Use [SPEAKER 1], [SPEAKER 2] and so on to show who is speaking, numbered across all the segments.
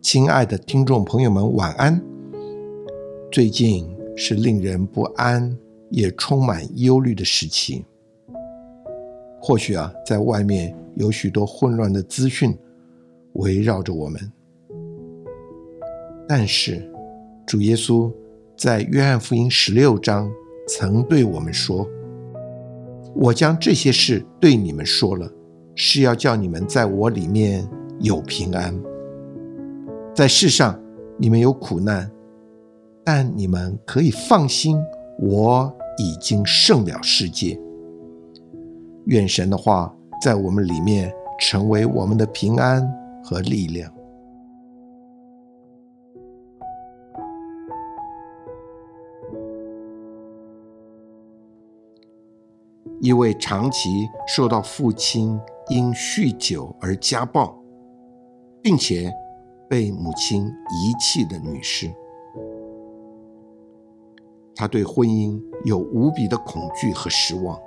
[SPEAKER 1] 亲爱的听众朋友们，晚安。最近是令人不安，也充满忧虑的时期。或许啊，在外面有许多混乱的资讯围绕着我们，但是主耶稣在约翰福音十六章曾对我们说：“我将这些事对你们说了，是要叫你们在我里面有平安。在世上你们有苦难，但你们可以放心，我已经胜了世界。”愿神的话在我们里面成为我们的平安和力量。一位长期受到父亲因酗酒而家暴，并且被母亲遗弃的女士，她对婚姻有无比的恐惧和失望。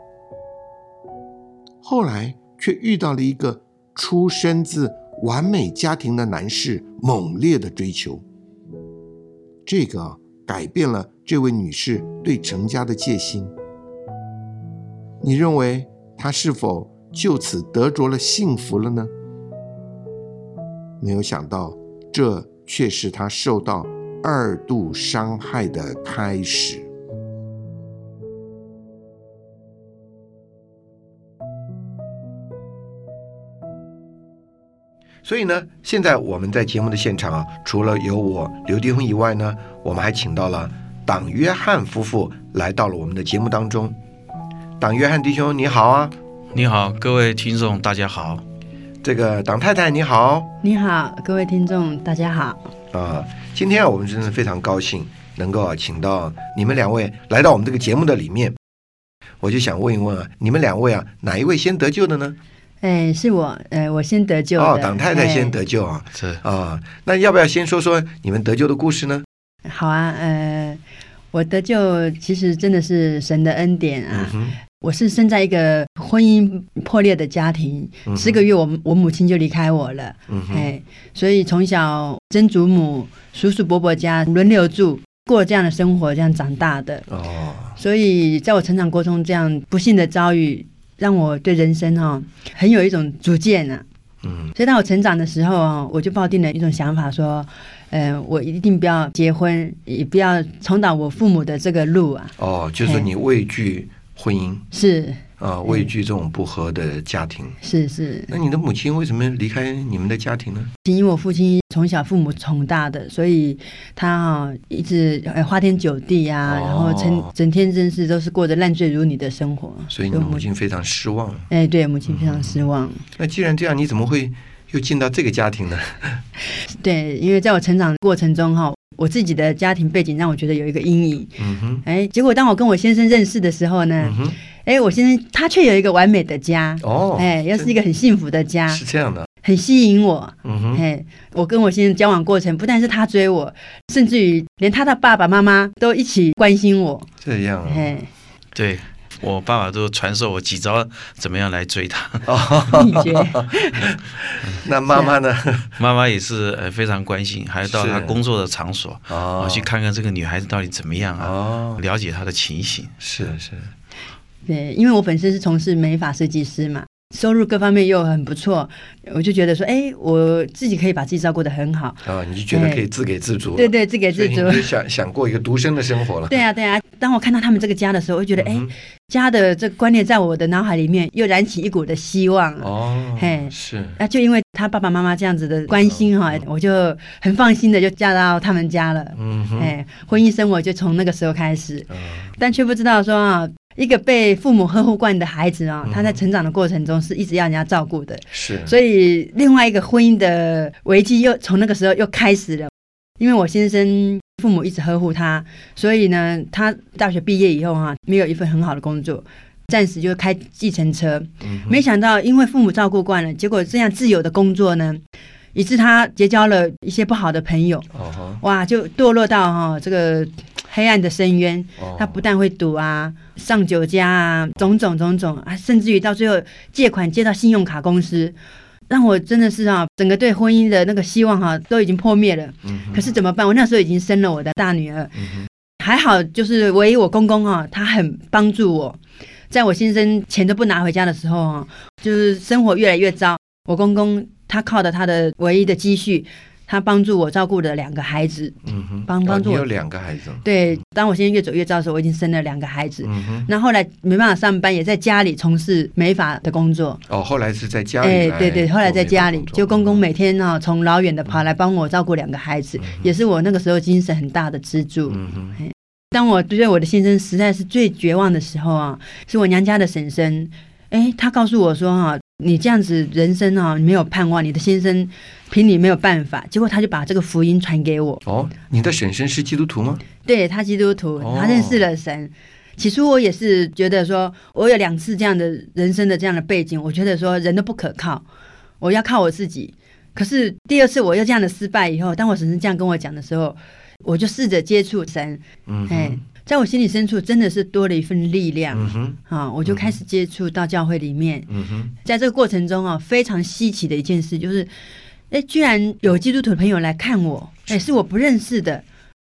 [SPEAKER 1] 后来却遇到了一个出身自完美家庭的男士猛烈的追求，这个啊改变了这位女士对成家的戒心。你认为她是否就此得着了幸福了呢？没有想到，这却是她受到二度伤害的开始。
[SPEAKER 2] 所以呢，现在我们在节目的现场啊，除了有我刘迪宏以外呢，我们还请到了党约翰夫妇来到了我们的节目当中。党约翰弟兄你好啊，
[SPEAKER 3] 你好，各位听众，大家好。
[SPEAKER 2] 这个党太太你好
[SPEAKER 4] 你好，各位听众，大家好。
[SPEAKER 2] 啊，今天啊，我们真的非常高兴能够啊，请到你们两位来到我们这个节目的里面。我就想问一问啊，你们两位啊，哪一位先得救的呢？
[SPEAKER 4] 哎，是我，哎，我先得救的。
[SPEAKER 2] 哦，党太太先
[SPEAKER 4] 哎
[SPEAKER 2] 得救啊。
[SPEAKER 3] 是
[SPEAKER 2] 啊，那要不要先说说你们得救的故事呢？
[SPEAKER 4] 好啊，呃，我得救其实真的是神的恩典啊。
[SPEAKER 2] 嗯哼
[SPEAKER 4] 我是生在一个婚姻破裂的家庭，十个月我我母亲就离开我了，
[SPEAKER 2] 嗯哼，
[SPEAKER 4] 哎，所以从小曾祖母、叔叔、伯伯家轮流住，过这样的生活，这样长大的。
[SPEAKER 2] 哦，
[SPEAKER 4] 所以在我成长过程中，这样不幸的遭遇，让我对人生哈、哦、很有一种主见啊。
[SPEAKER 2] 嗯
[SPEAKER 4] 所以当我成长的时候啊，我就抱定了一种想法，说，嗯、我一定不要结婚，也不要重蹈我父母的这个路啊。
[SPEAKER 2] 哦，就是你畏惧婚姻
[SPEAKER 4] 是
[SPEAKER 2] 啊，畏惧这种不和的家庭。
[SPEAKER 4] 是是，
[SPEAKER 2] 那你的母亲为什么离开你们的家庭呢？
[SPEAKER 4] 因为我父亲从小父母宠大的，所以他啊一直呃花天酒地啊，
[SPEAKER 2] 哦
[SPEAKER 4] 然后整整天真是都是过着烂醉如泥的生活。
[SPEAKER 2] 所以你
[SPEAKER 4] 我
[SPEAKER 2] 的母，亲非常失望。
[SPEAKER 4] 哎，对母亲非常失望。
[SPEAKER 2] 那既然这样，你怎么会又进到这个家庭呢？
[SPEAKER 4] 对，因为在我成长过程中哈、我自己的家庭背景让我觉得有一个阴影。
[SPEAKER 2] 嗯哼，
[SPEAKER 4] 哎，结果当我跟我先生认识的时候呢，
[SPEAKER 2] 嗯哼，
[SPEAKER 4] 哎，我先生他却有一个完美的家，
[SPEAKER 2] 哦，
[SPEAKER 4] 哎，又是一个很幸福的家，
[SPEAKER 2] 是这样的。
[SPEAKER 4] 很吸引我。
[SPEAKER 2] 嗯哼，
[SPEAKER 4] 哎，我跟我先生交往过程，不但是他追我，甚至于连他的爸爸妈妈都一起关心我。
[SPEAKER 2] 这样啊。
[SPEAKER 4] 哎，
[SPEAKER 3] 对我爸爸都传授我几招怎么样来追她，
[SPEAKER 4] 秘诀
[SPEAKER 2] 哦那妈妈呢？
[SPEAKER 4] 啊
[SPEAKER 3] 妈妈也是呃非常关心，还到
[SPEAKER 2] 是
[SPEAKER 3] 她工作的场所，我
[SPEAKER 2] 哦
[SPEAKER 3] 去看看这个女孩子到底怎么样啊，
[SPEAKER 2] 哦，
[SPEAKER 3] 了解她的情形。
[SPEAKER 2] 是是，
[SPEAKER 4] 对，因为我本身是从事美发设计师嘛，收入各方面又很不错，我就觉得说，哎，我自己可以把自己照顾得很好。
[SPEAKER 2] 啊，你就觉得可以自给自足了。
[SPEAKER 4] 对对，自给
[SPEAKER 2] 所
[SPEAKER 4] 自
[SPEAKER 2] 以你
[SPEAKER 4] 足。
[SPEAKER 2] 就想想过一个独身的生活了。
[SPEAKER 4] 对啊，对啊。当我看到他们这个家的时候，我就觉得，哎、
[SPEAKER 2] 嗯哼
[SPEAKER 4] 家的这个观念在我的脑海里面又燃起一股的希望。啊！
[SPEAKER 2] 哦，
[SPEAKER 4] 嘿
[SPEAKER 2] 是
[SPEAKER 4] 那就因为他爸爸妈妈这样子的关心哈、我就很放心的就嫁到他们家了。
[SPEAKER 2] 嗯哼，
[SPEAKER 4] 哎，婚姻生活就从那个时候开始，
[SPEAKER 2] 啊
[SPEAKER 4] 但却不知道说啊，一个被父母呵护惯的孩子
[SPEAKER 2] 嗯
[SPEAKER 4] 啊，他在成长的过程中是一直要人家照顾的，
[SPEAKER 2] 是，
[SPEAKER 4] 所以另外一个婚姻的危机又从那个时候又开始了。因为我先生父母一直呵护他，所以呢，他大学毕业以后啊，没有一份很好的工作，暂时就开计程车。
[SPEAKER 2] 嗯哼
[SPEAKER 4] 没想到因为父母照顾惯了，结果这样自由的工作呢，以致他结交了一些不好的朋友，
[SPEAKER 2] 哦哈
[SPEAKER 4] 哇，就堕落到哈、这个黑暗的深渊。
[SPEAKER 2] 哦
[SPEAKER 4] 他不但会赌啊，上酒家啊，种种种种啊，甚至于到最后借款借到信用卡公司，让我真的是啊，整个对婚姻的那个希望哈、都已经破灭了。
[SPEAKER 2] 嗯哼
[SPEAKER 4] 可是怎么办？我那时候已经生了我的大女儿，
[SPEAKER 2] 嗯哼
[SPEAKER 4] 还好就是唯一我公公哈、他很帮助我，在我先生钱都不拿回家的时候啊，就是生活越来越糟。我公公他靠着他的唯一的积蓄，他帮助我照顾了两个孩子。
[SPEAKER 2] 嗯哼，
[SPEAKER 4] 帮帮
[SPEAKER 2] 哦
[SPEAKER 4] 助
[SPEAKER 2] 你
[SPEAKER 4] 我
[SPEAKER 2] 有两个孩子，
[SPEAKER 4] 对，当我先生越走越糟的时候，我已经生了两个孩子。
[SPEAKER 2] 嗯哼，
[SPEAKER 4] 那后来没办法上班，也在家里从事美发的工作。哎
[SPEAKER 2] 哦，后来是在家里来，
[SPEAKER 4] 对对，后来在家里，就公公
[SPEAKER 2] 美，
[SPEAKER 4] 每天呢、从老远的跑来帮我照顾两个孩子，也是我那个时候精神很大的支柱。
[SPEAKER 2] 嗯哼，
[SPEAKER 4] 当我对我的先生实在是最绝望的时候啊，是我娘家的婶婶，哎，她告诉我说哈、你这样子人生啊，你没有盼望，你的先生凭你没有办法。结果他就把这个福音传给我，
[SPEAKER 2] 哦，你的婶婶是基督徒吗？
[SPEAKER 4] 对他基督徒
[SPEAKER 2] 哦，
[SPEAKER 4] 他认识了神。起初我也是觉得说，我有两次这样的人生的这样的背景，我觉得说人都不可靠，我要靠我自己。可是第二次我又这样的失败以后，当我婶婶这样跟我讲的时候，我就试着接触神，
[SPEAKER 2] 嗯
[SPEAKER 4] 哎、
[SPEAKER 2] 哼，
[SPEAKER 4] 在我心里深处真的是多了一份力量、
[SPEAKER 2] 嗯哼，
[SPEAKER 4] 啊！我就开始接触到教会里面，
[SPEAKER 2] 嗯哼，
[SPEAKER 4] 在这个过程中啊，非常稀奇的一件事就是，哎，居然有基督徒的朋友来看我，哎，是我不认识的。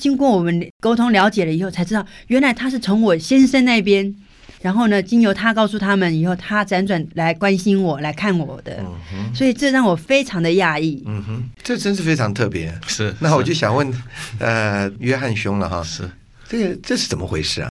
[SPEAKER 4] 经过我们沟通了解了以后，才知道原来他是从我先生那边，然后呢，经由他告诉他们以后，他辗转来关心我，来看我的，
[SPEAKER 2] 嗯哼，
[SPEAKER 4] 所以这让我非常的讶异。
[SPEAKER 2] 嗯哼，这真是非常特别。
[SPEAKER 3] 是。
[SPEAKER 2] 那我就是想问，呃，约翰兄了哈，
[SPEAKER 3] 是
[SPEAKER 2] 这个这是怎么回事啊？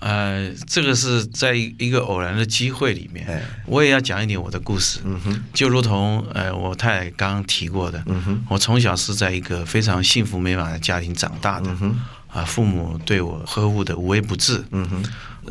[SPEAKER 3] 呃，这个是在一个偶然的机会里面，
[SPEAKER 2] 哎，
[SPEAKER 3] 我也要讲一点我的故事，
[SPEAKER 2] 嗯哼，
[SPEAKER 3] 就如同呃我太太刚刚提过的，
[SPEAKER 2] 嗯哼，
[SPEAKER 3] 我从小是在一个非常幸福美满的家庭长大的
[SPEAKER 2] 嗯哼，
[SPEAKER 3] 啊，父母对我呵护的无微不至，
[SPEAKER 2] 嗯哼，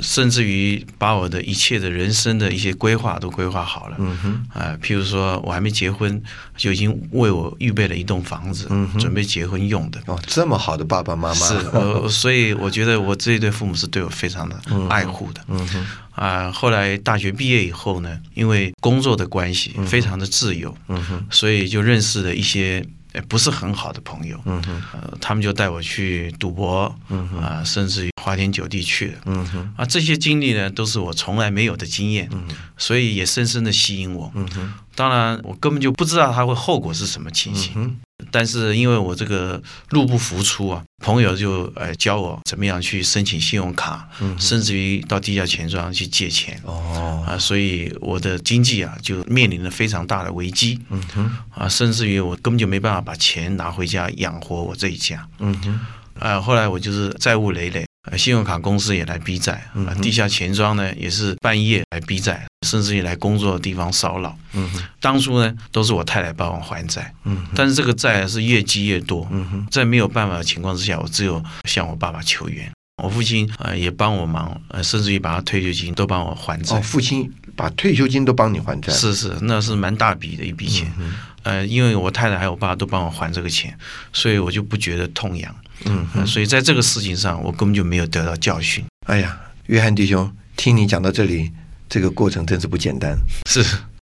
[SPEAKER 3] 甚至于把我的一切的人生的一些规划都规划好了。
[SPEAKER 2] 嗯哼，
[SPEAKER 3] 啊，譬如说我还没结婚，就已经为我预备了一栋房子，
[SPEAKER 2] 嗯哼
[SPEAKER 3] 准备结婚用的。
[SPEAKER 2] 哦，这么好的爸爸妈妈，
[SPEAKER 3] 是我，所以我觉得我这一对父母是对我非常的爱护的。
[SPEAKER 2] 嗯哼，
[SPEAKER 3] 啊、后来大学毕业以后呢，因为工作的关系，非常的自由，
[SPEAKER 2] 嗯哼，
[SPEAKER 3] 所以就认识了一些呃不是很好的朋友。
[SPEAKER 2] 嗯哼，
[SPEAKER 3] 呃，他们就带我去赌博，啊、
[SPEAKER 2] 嗯哼，
[SPEAKER 3] 甚至于花天酒地去了。
[SPEAKER 2] 嗯哼，
[SPEAKER 3] 啊，这些经历呢，都是我从来没有的经验，
[SPEAKER 2] 嗯
[SPEAKER 3] 所以也深深的吸引我。
[SPEAKER 2] 嗯哼，
[SPEAKER 3] 当然，我根本就不知道它会后果是什么情
[SPEAKER 2] 嗯
[SPEAKER 3] 形。
[SPEAKER 2] 哼，
[SPEAKER 3] 但是因为我这个入不敷出啊，朋友就呃教我怎么样去申请信用卡，
[SPEAKER 2] 嗯哼
[SPEAKER 3] 甚至于到地下钱庄去借钱
[SPEAKER 2] 哦，
[SPEAKER 3] 啊，所以我的经济啊就面临了非常大的危机
[SPEAKER 2] 嗯哼，
[SPEAKER 3] 啊，甚至于我根本就没办法把钱拿回家养活我这一家
[SPEAKER 2] 嗯哼，
[SPEAKER 3] 啊。后来我就是债务累累。呃信用卡公司也来逼债，
[SPEAKER 2] 嗯
[SPEAKER 3] 啊
[SPEAKER 2] 哼，
[SPEAKER 3] 地下钱庄呢也是半夜来逼债，甚至于来工作的地方骚扰。
[SPEAKER 2] 嗯哼，
[SPEAKER 3] 当初呢都是我太太帮我还债，
[SPEAKER 2] 嗯哼，
[SPEAKER 3] 但是这个债是越积越多，
[SPEAKER 2] 嗯哼，
[SPEAKER 3] 在没有办法的情况之下，我只有向我爸爸求援。我父亲呃也帮我忙，呃甚至于把他退休金都帮我还债。
[SPEAKER 2] 哦，父亲把退休金都帮你还债，
[SPEAKER 3] 是是，那是蛮大笔的一笔钱。
[SPEAKER 2] 嗯
[SPEAKER 3] 呃，因为我太太还有我爸都帮我还这个钱，所以我就不觉得痛痒。
[SPEAKER 2] 嗯
[SPEAKER 3] 呃
[SPEAKER 2] 哼，
[SPEAKER 3] 所以在这个事情上，我根本就没有得到教训。
[SPEAKER 2] 哎呀，约翰弟兄，听你讲到这里，这个过程真是不简单。
[SPEAKER 3] 是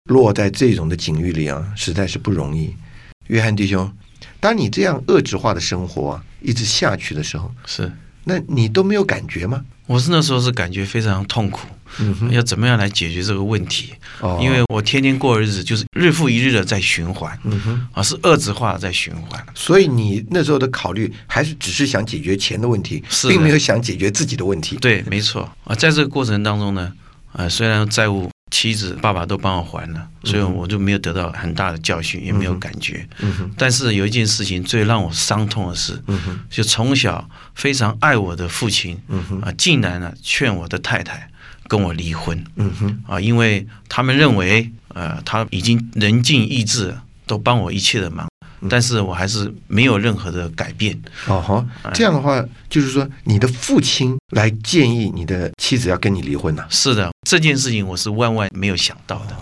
[SPEAKER 2] 落在这种的境遇里啊，实在是不容易。约翰弟兄，当你这样遏制化的生活啊，一直下去的时候，
[SPEAKER 3] 是，
[SPEAKER 2] 那你都没有感觉吗？
[SPEAKER 3] 我是那时候是感觉非常痛苦，
[SPEAKER 2] 嗯哼，
[SPEAKER 3] 要怎么样来解决这个问题？
[SPEAKER 2] 哦
[SPEAKER 3] 因为我天天过日子，就是日复一日的在循环，
[SPEAKER 2] 嗯哼，
[SPEAKER 3] 啊，是遏制化的在循环。
[SPEAKER 2] 所以你那时候的考虑还是只是想解决钱的问题，
[SPEAKER 3] 是的
[SPEAKER 2] 并没有想解决自己的问题。
[SPEAKER 3] 对，没错啊，在这个过程当中呢，呃，虽然债务妻子、爸爸都帮我还了，所以我就没有得到很大的教训，也没有感觉。
[SPEAKER 2] 嗯哼，
[SPEAKER 3] 但是有一件事情最让我伤痛的是，
[SPEAKER 2] 嗯哼，
[SPEAKER 3] 就从小非常爱我的父亲
[SPEAKER 2] 嗯哼，
[SPEAKER 3] 啊，竟然呢劝我的太太跟我离婚
[SPEAKER 2] 嗯哼，
[SPEAKER 3] 啊，因为他们认为，呃，他已经人尽意志了，都帮我一切的忙，但是我还是没有任何的改变。
[SPEAKER 2] 哦吼，这样的话，就是说你的父亲来建议你的妻子要跟你离婚呐、
[SPEAKER 3] 是的，这件事情我是万万没有想到的，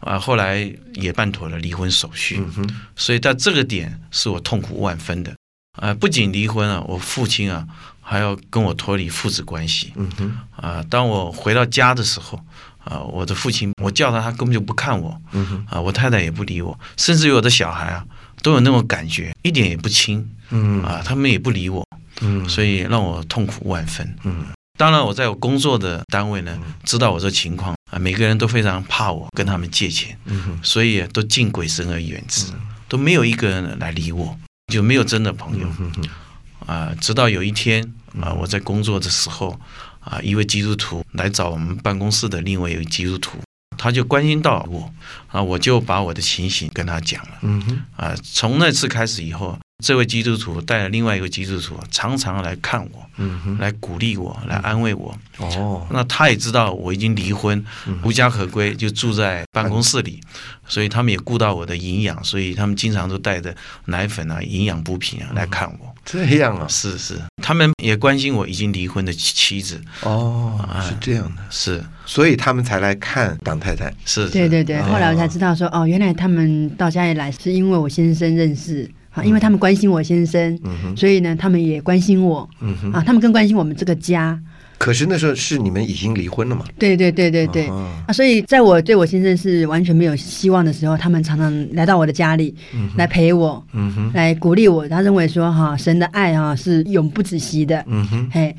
[SPEAKER 3] 啊，后来也办妥了离婚手续，
[SPEAKER 2] 嗯哼，
[SPEAKER 3] 所以到这个点是我痛苦万分的，啊，不仅离婚啊，我父亲啊还要跟我脱离父子关系，
[SPEAKER 2] 嗯哼，
[SPEAKER 3] 啊，当我回到家的时候，啊，我的父亲，我叫他，他根本就不看我，
[SPEAKER 2] 嗯哼，
[SPEAKER 3] 啊，我太太也不理我，甚至于我的小孩啊都有那种感觉，一点也不亲，
[SPEAKER 2] 嗯
[SPEAKER 3] 啊，他们也不理我，
[SPEAKER 2] 嗯
[SPEAKER 3] 所以让我痛苦万分。
[SPEAKER 2] 嗯
[SPEAKER 3] 当然，我在我工作的单位呢，知道我这情况，啊，每个人都非常怕我跟他们借钱，
[SPEAKER 2] 嗯哼，
[SPEAKER 3] 所以啊都敬鬼神而远之，都没有一个人来理我，就没有真的朋友
[SPEAKER 2] 嗯哼哼，
[SPEAKER 3] 啊。直到有一天啊，我在工作的时候啊，一位基督徒来找我们办公室的另外一位基督徒，他就关心到我啊，我就把我的情形跟他讲了。
[SPEAKER 2] 嗯哼，
[SPEAKER 3] 啊，从那次开始以后，这位基督徒带了另外一个基督徒，常常来看我，
[SPEAKER 2] 嗯哼，
[SPEAKER 3] 来鼓励我，来安慰我。
[SPEAKER 2] 哦，
[SPEAKER 3] 那他也知道我已经离婚，无家可归，就住在办公室里，所以他们也顾到我的营养，所以他们经常都带着奶粉啊、营养补品啊来看我。
[SPEAKER 2] 这样啊，
[SPEAKER 3] 是是，他们也关心我已经离婚的妻妻子。
[SPEAKER 2] 哦，
[SPEAKER 3] 哎
[SPEAKER 2] 是这样的，
[SPEAKER 3] 是
[SPEAKER 2] 所以他们才来看党太太。
[SPEAKER 3] 是，
[SPEAKER 4] 对对对，
[SPEAKER 2] 哦
[SPEAKER 4] 后来我才知道说，哦，原来他们到家里来是因为我先生认识，啊，因为他们关心我先生，
[SPEAKER 2] 嗯哼，
[SPEAKER 4] 所以呢，他们也关心我，
[SPEAKER 2] 嗯哼。
[SPEAKER 4] 啊，他们更关心我们这个家。
[SPEAKER 2] 可是那时候是你们已经离婚了嘛？
[SPEAKER 4] 对对对对对。
[SPEAKER 2] 啊
[SPEAKER 4] 啊，所以在我对我先生是完全没有希望的时候，他们常常来到我的家里、来陪我，
[SPEAKER 2] 嗯哼，
[SPEAKER 4] 来鼓励我。他认为说哈、神的爱啊是永不止息的，
[SPEAKER 2] 嗯哼，
[SPEAKER 4] 嘿，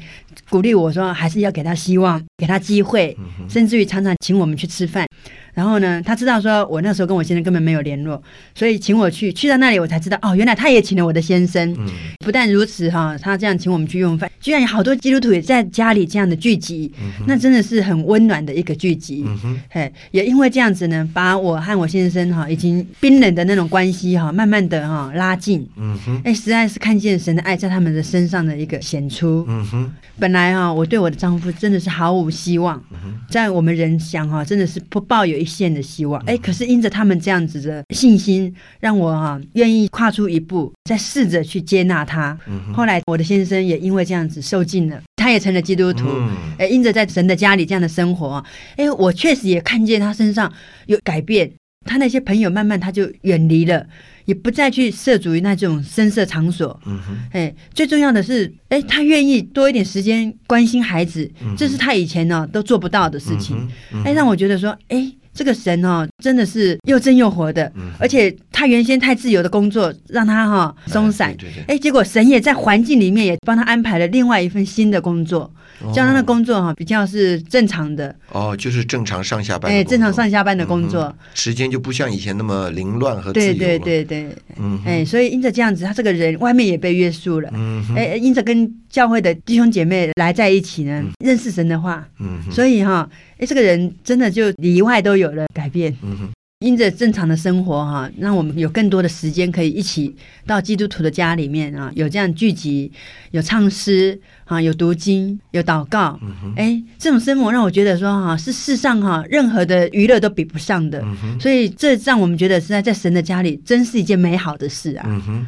[SPEAKER 4] 鼓励我说还是要给他希望，给他机会，
[SPEAKER 2] 嗯
[SPEAKER 4] 甚至于常常请我们去吃饭。然后呢，他知道说我那时候跟我先生根本没有联络，所以请我去，去到那里我才知道哦，原来他也请了我的先生。
[SPEAKER 2] 嗯
[SPEAKER 4] 不但如此哈、他这样请我们去用饭，居然有好多基督徒也在家里这样的聚集，那真的是很温暖的一个聚集。
[SPEAKER 2] 嗯哼，
[SPEAKER 4] 嘿，也因为这样子呢，把我和我先生哈、已经冰冷的那种关系哈、慢慢的哈、拉近。
[SPEAKER 2] 嗯哼，
[SPEAKER 4] 哎，实在是看见神的爱在他们的身上的一个显出。
[SPEAKER 2] 嗯哼，
[SPEAKER 4] 本来哈、我对我的丈夫真的是毫无希望，在我们人想哈、真的是不抱有一线的希望。哎，可是因着他们这样子的信心，让我哈、愿意跨出一步，再试着去接纳他。后来我的先生也因为这样子受尽了，他也成了基督徒。
[SPEAKER 2] 嗯
[SPEAKER 4] 哎，因着在神的家里这样的生活啊，哎，我确实也看见他身上有改变。他那些朋友慢慢他就远离了，也不再去涉足于那种深色场所。
[SPEAKER 2] 嗯哼，
[SPEAKER 4] 哎，最重要的是，哎，他愿意多一点时间关心孩子，这是他以前呢、都做不到的事情。
[SPEAKER 2] 嗯嗯哼，
[SPEAKER 4] 哎，让我觉得说，哎，这个神哦，真的是又真又活的，
[SPEAKER 2] 嗯
[SPEAKER 4] 而且他原先太自由的工作，让他哈、松散。
[SPEAKER 2] 对对对，
[SPEAKER 4] 哎，结果神也在环境里面也帮他安排了另外一份新的工作，这样他的工作哦哈、比较是正常的，
[SPEAKER 2] 哦，就是正常上下班的
[SPEAKER 4] 哎，
[SPEAKER 2] 工
[SPEAKER 4] 正常
[SPEAKER 2] 作
[SPEAKER 4] 上下班的工作。
[SPEAKER 2] 嗯时间就不像以前那么凌乱和自由
[SPEAKER 4] 对
[SPEAKER 2] 了
[SPEAKER 4] 对，对对，
[SPEAKER 2] 嗯哼
[SPEAKER 4] 哎，所以因着这样子，他这个人外面也被约束了。
[SPEAKER 2] 嗯哼，
[SPEAKER 4] 哎，因着跟教会的弟兄姐妹来在一起呢，认识神的话，
[SPEAKER 2] 嗯哼，
[SPEAKER 4] 所以哈、哎，这个人真的就里外都有了改变。
[SPEAKER 2] 嗯哼，
[SPEAKER 4] 因着正常的生活哈、让我们有更多的时间可以一起到基督徒的家里面啊，有这样聚集，有唱诗啊，有读经，有祷告。
[SPEAKER 2] 嗯
[SPEAKER 4] 哎、这种生活让我觉得说哈、是世上哈、任何的娱乐都比不上的。
[SPEAKER 2] 嗯哼，
[SPEAKER 4] 所以这让我们觉得实在在神的家里，真是一件美好的事啊！
[SPEAKER 2] 嗯哼，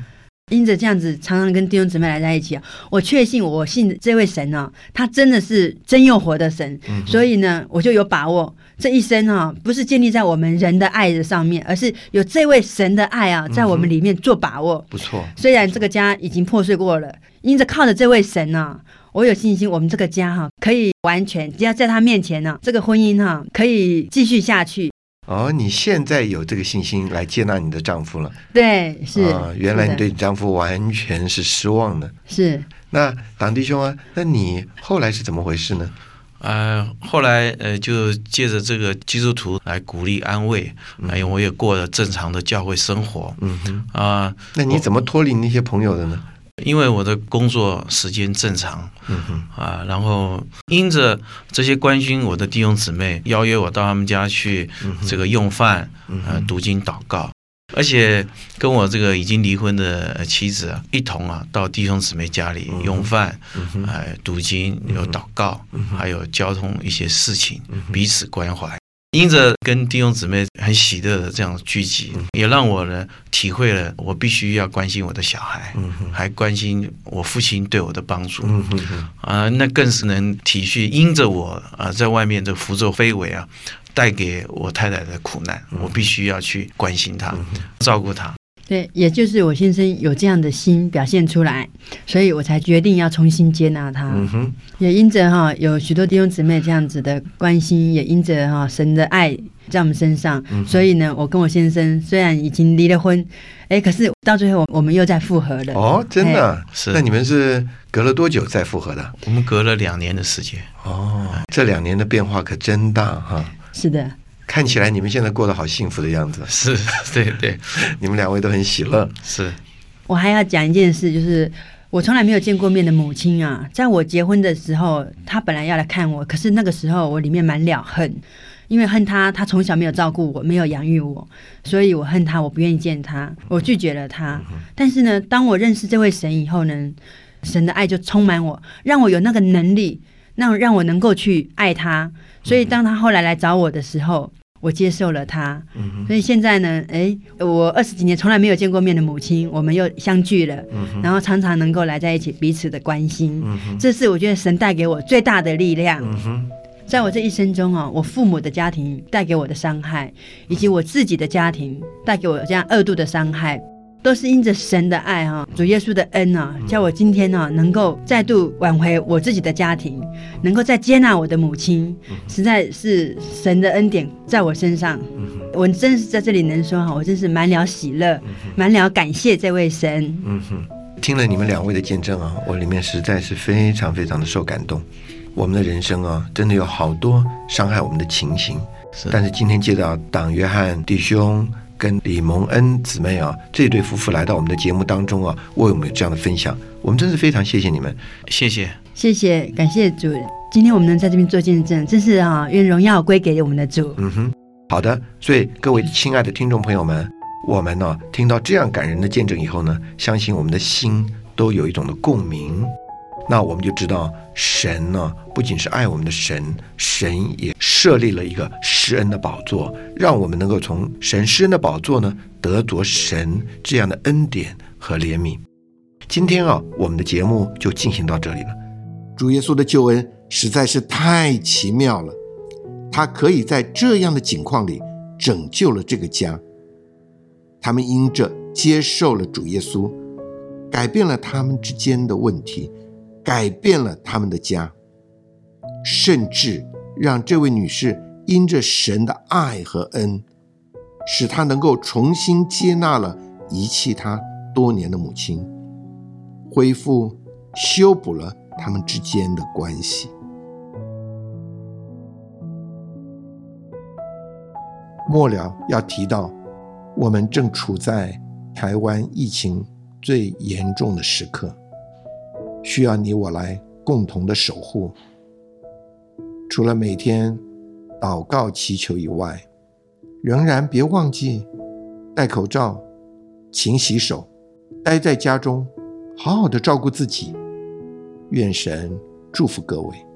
[SPEAKER 4] 因着这样子，常常跟弟兄姊妹来在一起啊，我确信我信这位神啊，他真的是真又活的神，
[SPEAKER 2] 嗯
[SPEAKER 4] 所以呢，我就有把握这一生啊，不是建立在我们人的爱的上面，而是有这位神的爱
[SPEAKER 2] 嗯
[SPEAKER 4] 啊，在我们里面做把握。
[SPEAKER 2] 不错，
[SPEAKER 4] 虽然这个家已经破碎过了，因着靠着这位神啊，我有信心，我们这个家哈、可以完全，只要在他面前呢、啊这个婚姻哈、可以继续下去。
[SPEAKER 2] 哦，你现在有这个信心来接纳你的丈夫了，
[SPEAKER 4] 对，是，
[SPEAKER 2] 啊，原来
[SPEAKER 4] 是
[SPEAKER 2] 你
[SPEAKER 4] 的
[SPEAKER 2] 对你丈夫完全是失望的。
[SPEAKER 4] 是
[SPEAKER 2] 那党弟兄啊，那你后来是怎么回事呢？
[SPEAKER 3] 呃，后来呃，就借着这个基督徒来鼓励安慰，哎、呦，我也过了正常的教会生活
[SPEAKER 2] 嗯哼，
[SPEAKER 3] 啊、
[SPEAKER 2] 那你怎么脱离那些朋友的呢？
[SPEAKER 3] 因为我的工作时间正常
[SPEAKER 2] 嗯哼，
[SPEAKER 3] 啊，然后因着这些关心我的弟兄姊妹邀约我到他们家去这个用饭，
[SPEAKER 2] 嗯
[SPEAKER 3] 呃，读经祷告，而且跟我这个已经离婚的呃妻子啊一同啊到弟兄姊妹家里用饭，
[SPEAKER 4] 嗯
[SPEAKER 2] 嗯
[SPEAKER 3] 哎，读经有祷告，还有交通一些事情，彼此关怀。因着跟弟兄姊妹很喜乐的这样聚集，也让我呢体会了我必须要关心我的小孩，还关心我父亲对我的帮助
[SPEAKER 2] 嗯哼哼，
[SPEAKER 3] 啊、那更是能体恤因着我啊、在外面的福州非为啊带给我太太的苦难，我必须要去关心她，照顾她。
[SPEAKER 4] 对，也就是我先生有这样的心表现出来，所以我才决定要重新接纳他。
[SPEAKER 2] 嗯哼，
[SPEAKER 4] 也因着哈、有许多弟兄姊妹这样子的关心，也因着哈、神的爱在我们身上，
[SPEAKER 2] 嗯
[SPEAKER 4] 所以呢，我跟我先生虽然已经离了婚，哎，可是到最后我们又再复合了。
[SPEAKER 2] 哦，真的啊，
[SPEAKER 4] 哎
[SPEAKER 3] 是
[SPEAKER 2] 那你们是隔了多久再复合的？
[SPEAKER 3] 我们隔了两年的时间，
[SPEAKER 2] 哦，这两年的变化可真大哈。
[SPEAKER 4] 是的，
[SPEAKER 2] 看起来你们现在过得好幸福的样子，
[SPEAKER 3] 是， 对对
[SPEAKER 2] 你们两位都很喜乐。
[SPEAKER 3] 是，
[SPEAKER 4] 我还要讲一件事，就是我从来没有见过面的母亲啊，在我结婚的时候，她本来要来看我，可是那个时候我里面满了恨，因为恨她，她从小没有照顾我，没有养育我，所以我恨她，我不愿意见她，我拒绝了她。但是呢，当我认识这位神以后呢，神的爱就充满我，让我有那个能力，让让我能够去爱她。所以当她后来来找我的时候，我接受了她。
[SPEAKER 2] 嗯哼，
[SPEAKER 4] 所以现在呢，哎，我二十几年从来没有见过面的母亲，我们又相聚了，然后常常能够来在一起，彼此的关心，
[SPEAKER 2] 嗯哼，
[SPEAKER 4] 这是我觉得神带给我最大的力量。
[SPEAKER 2] 嗯哼，
[SPEAKER 4] 在我这一生中哦，我父母的家庭带给我的伤害，以及我自己的家庭带给我这样二度的伤害，都是因着神的爱哈、主耶稣的恩啊，叫我今天呢、能够再度挽回我自己的家庭，能够再接纳我的母亲，实在是神的恩典在我身上。我真是在这里能说哈，哦我真是满了喜乐，满了感谢这位神。
[SPEAKER 2] 嗯哼。听了你们两位的见证啊，我里面实在是非常非常的受感动。我们的人生啊，真的有好多伤害我们的情形，
[SPEAKER 3] 是
[SPEAKER 2] 但是今天借到党约翰弟兄跟李蒙恩姊妹啊，这对夫妇来到我们的节目当中啊，为我们有这样的分享，我们真是非常谢谢你们。
[SPEAKER 3] 谢谢，
[SPEAKER 4] 谢谢，感谢主。今天我们能在这边做见证，真是啊，愿荣耀归给我们的主。
[SPEAKER 2] 嗯哼，好的，所以各位亲爱的听众朋友们，我们呢、听到这样感人的见证以后呢，相信我们的心都有一种的共鸣。那我们就知道，神呢、不仅是爱我们的神，神也设立了一个施恩的宝座，让我们能够从神施恩的宝座呢得着神这样的恩典和怜悯。今天啊，我们的节目就进行到这里了。
[SPEAKER 1] 主耶稣的救恩实在是太奇妙了，他可以在这样的境况里拯救了这个家。他们因着接受了主耶稣，改变了他们之间的问题，改变了他们的家，甚至让这位女士因着神的爱和恩，使她能够重新接纳了遗弃她多年的母亲。恢复、修补了他们之间的关系。末了要提到，我们正处在台湾疫情最严重的时刻，需要你我来共同的守护。除了每天祷告祈求以外，仍然别忘记戴口罩、勤洗手、待在家中好好的照顾自己。愿神祝福各位。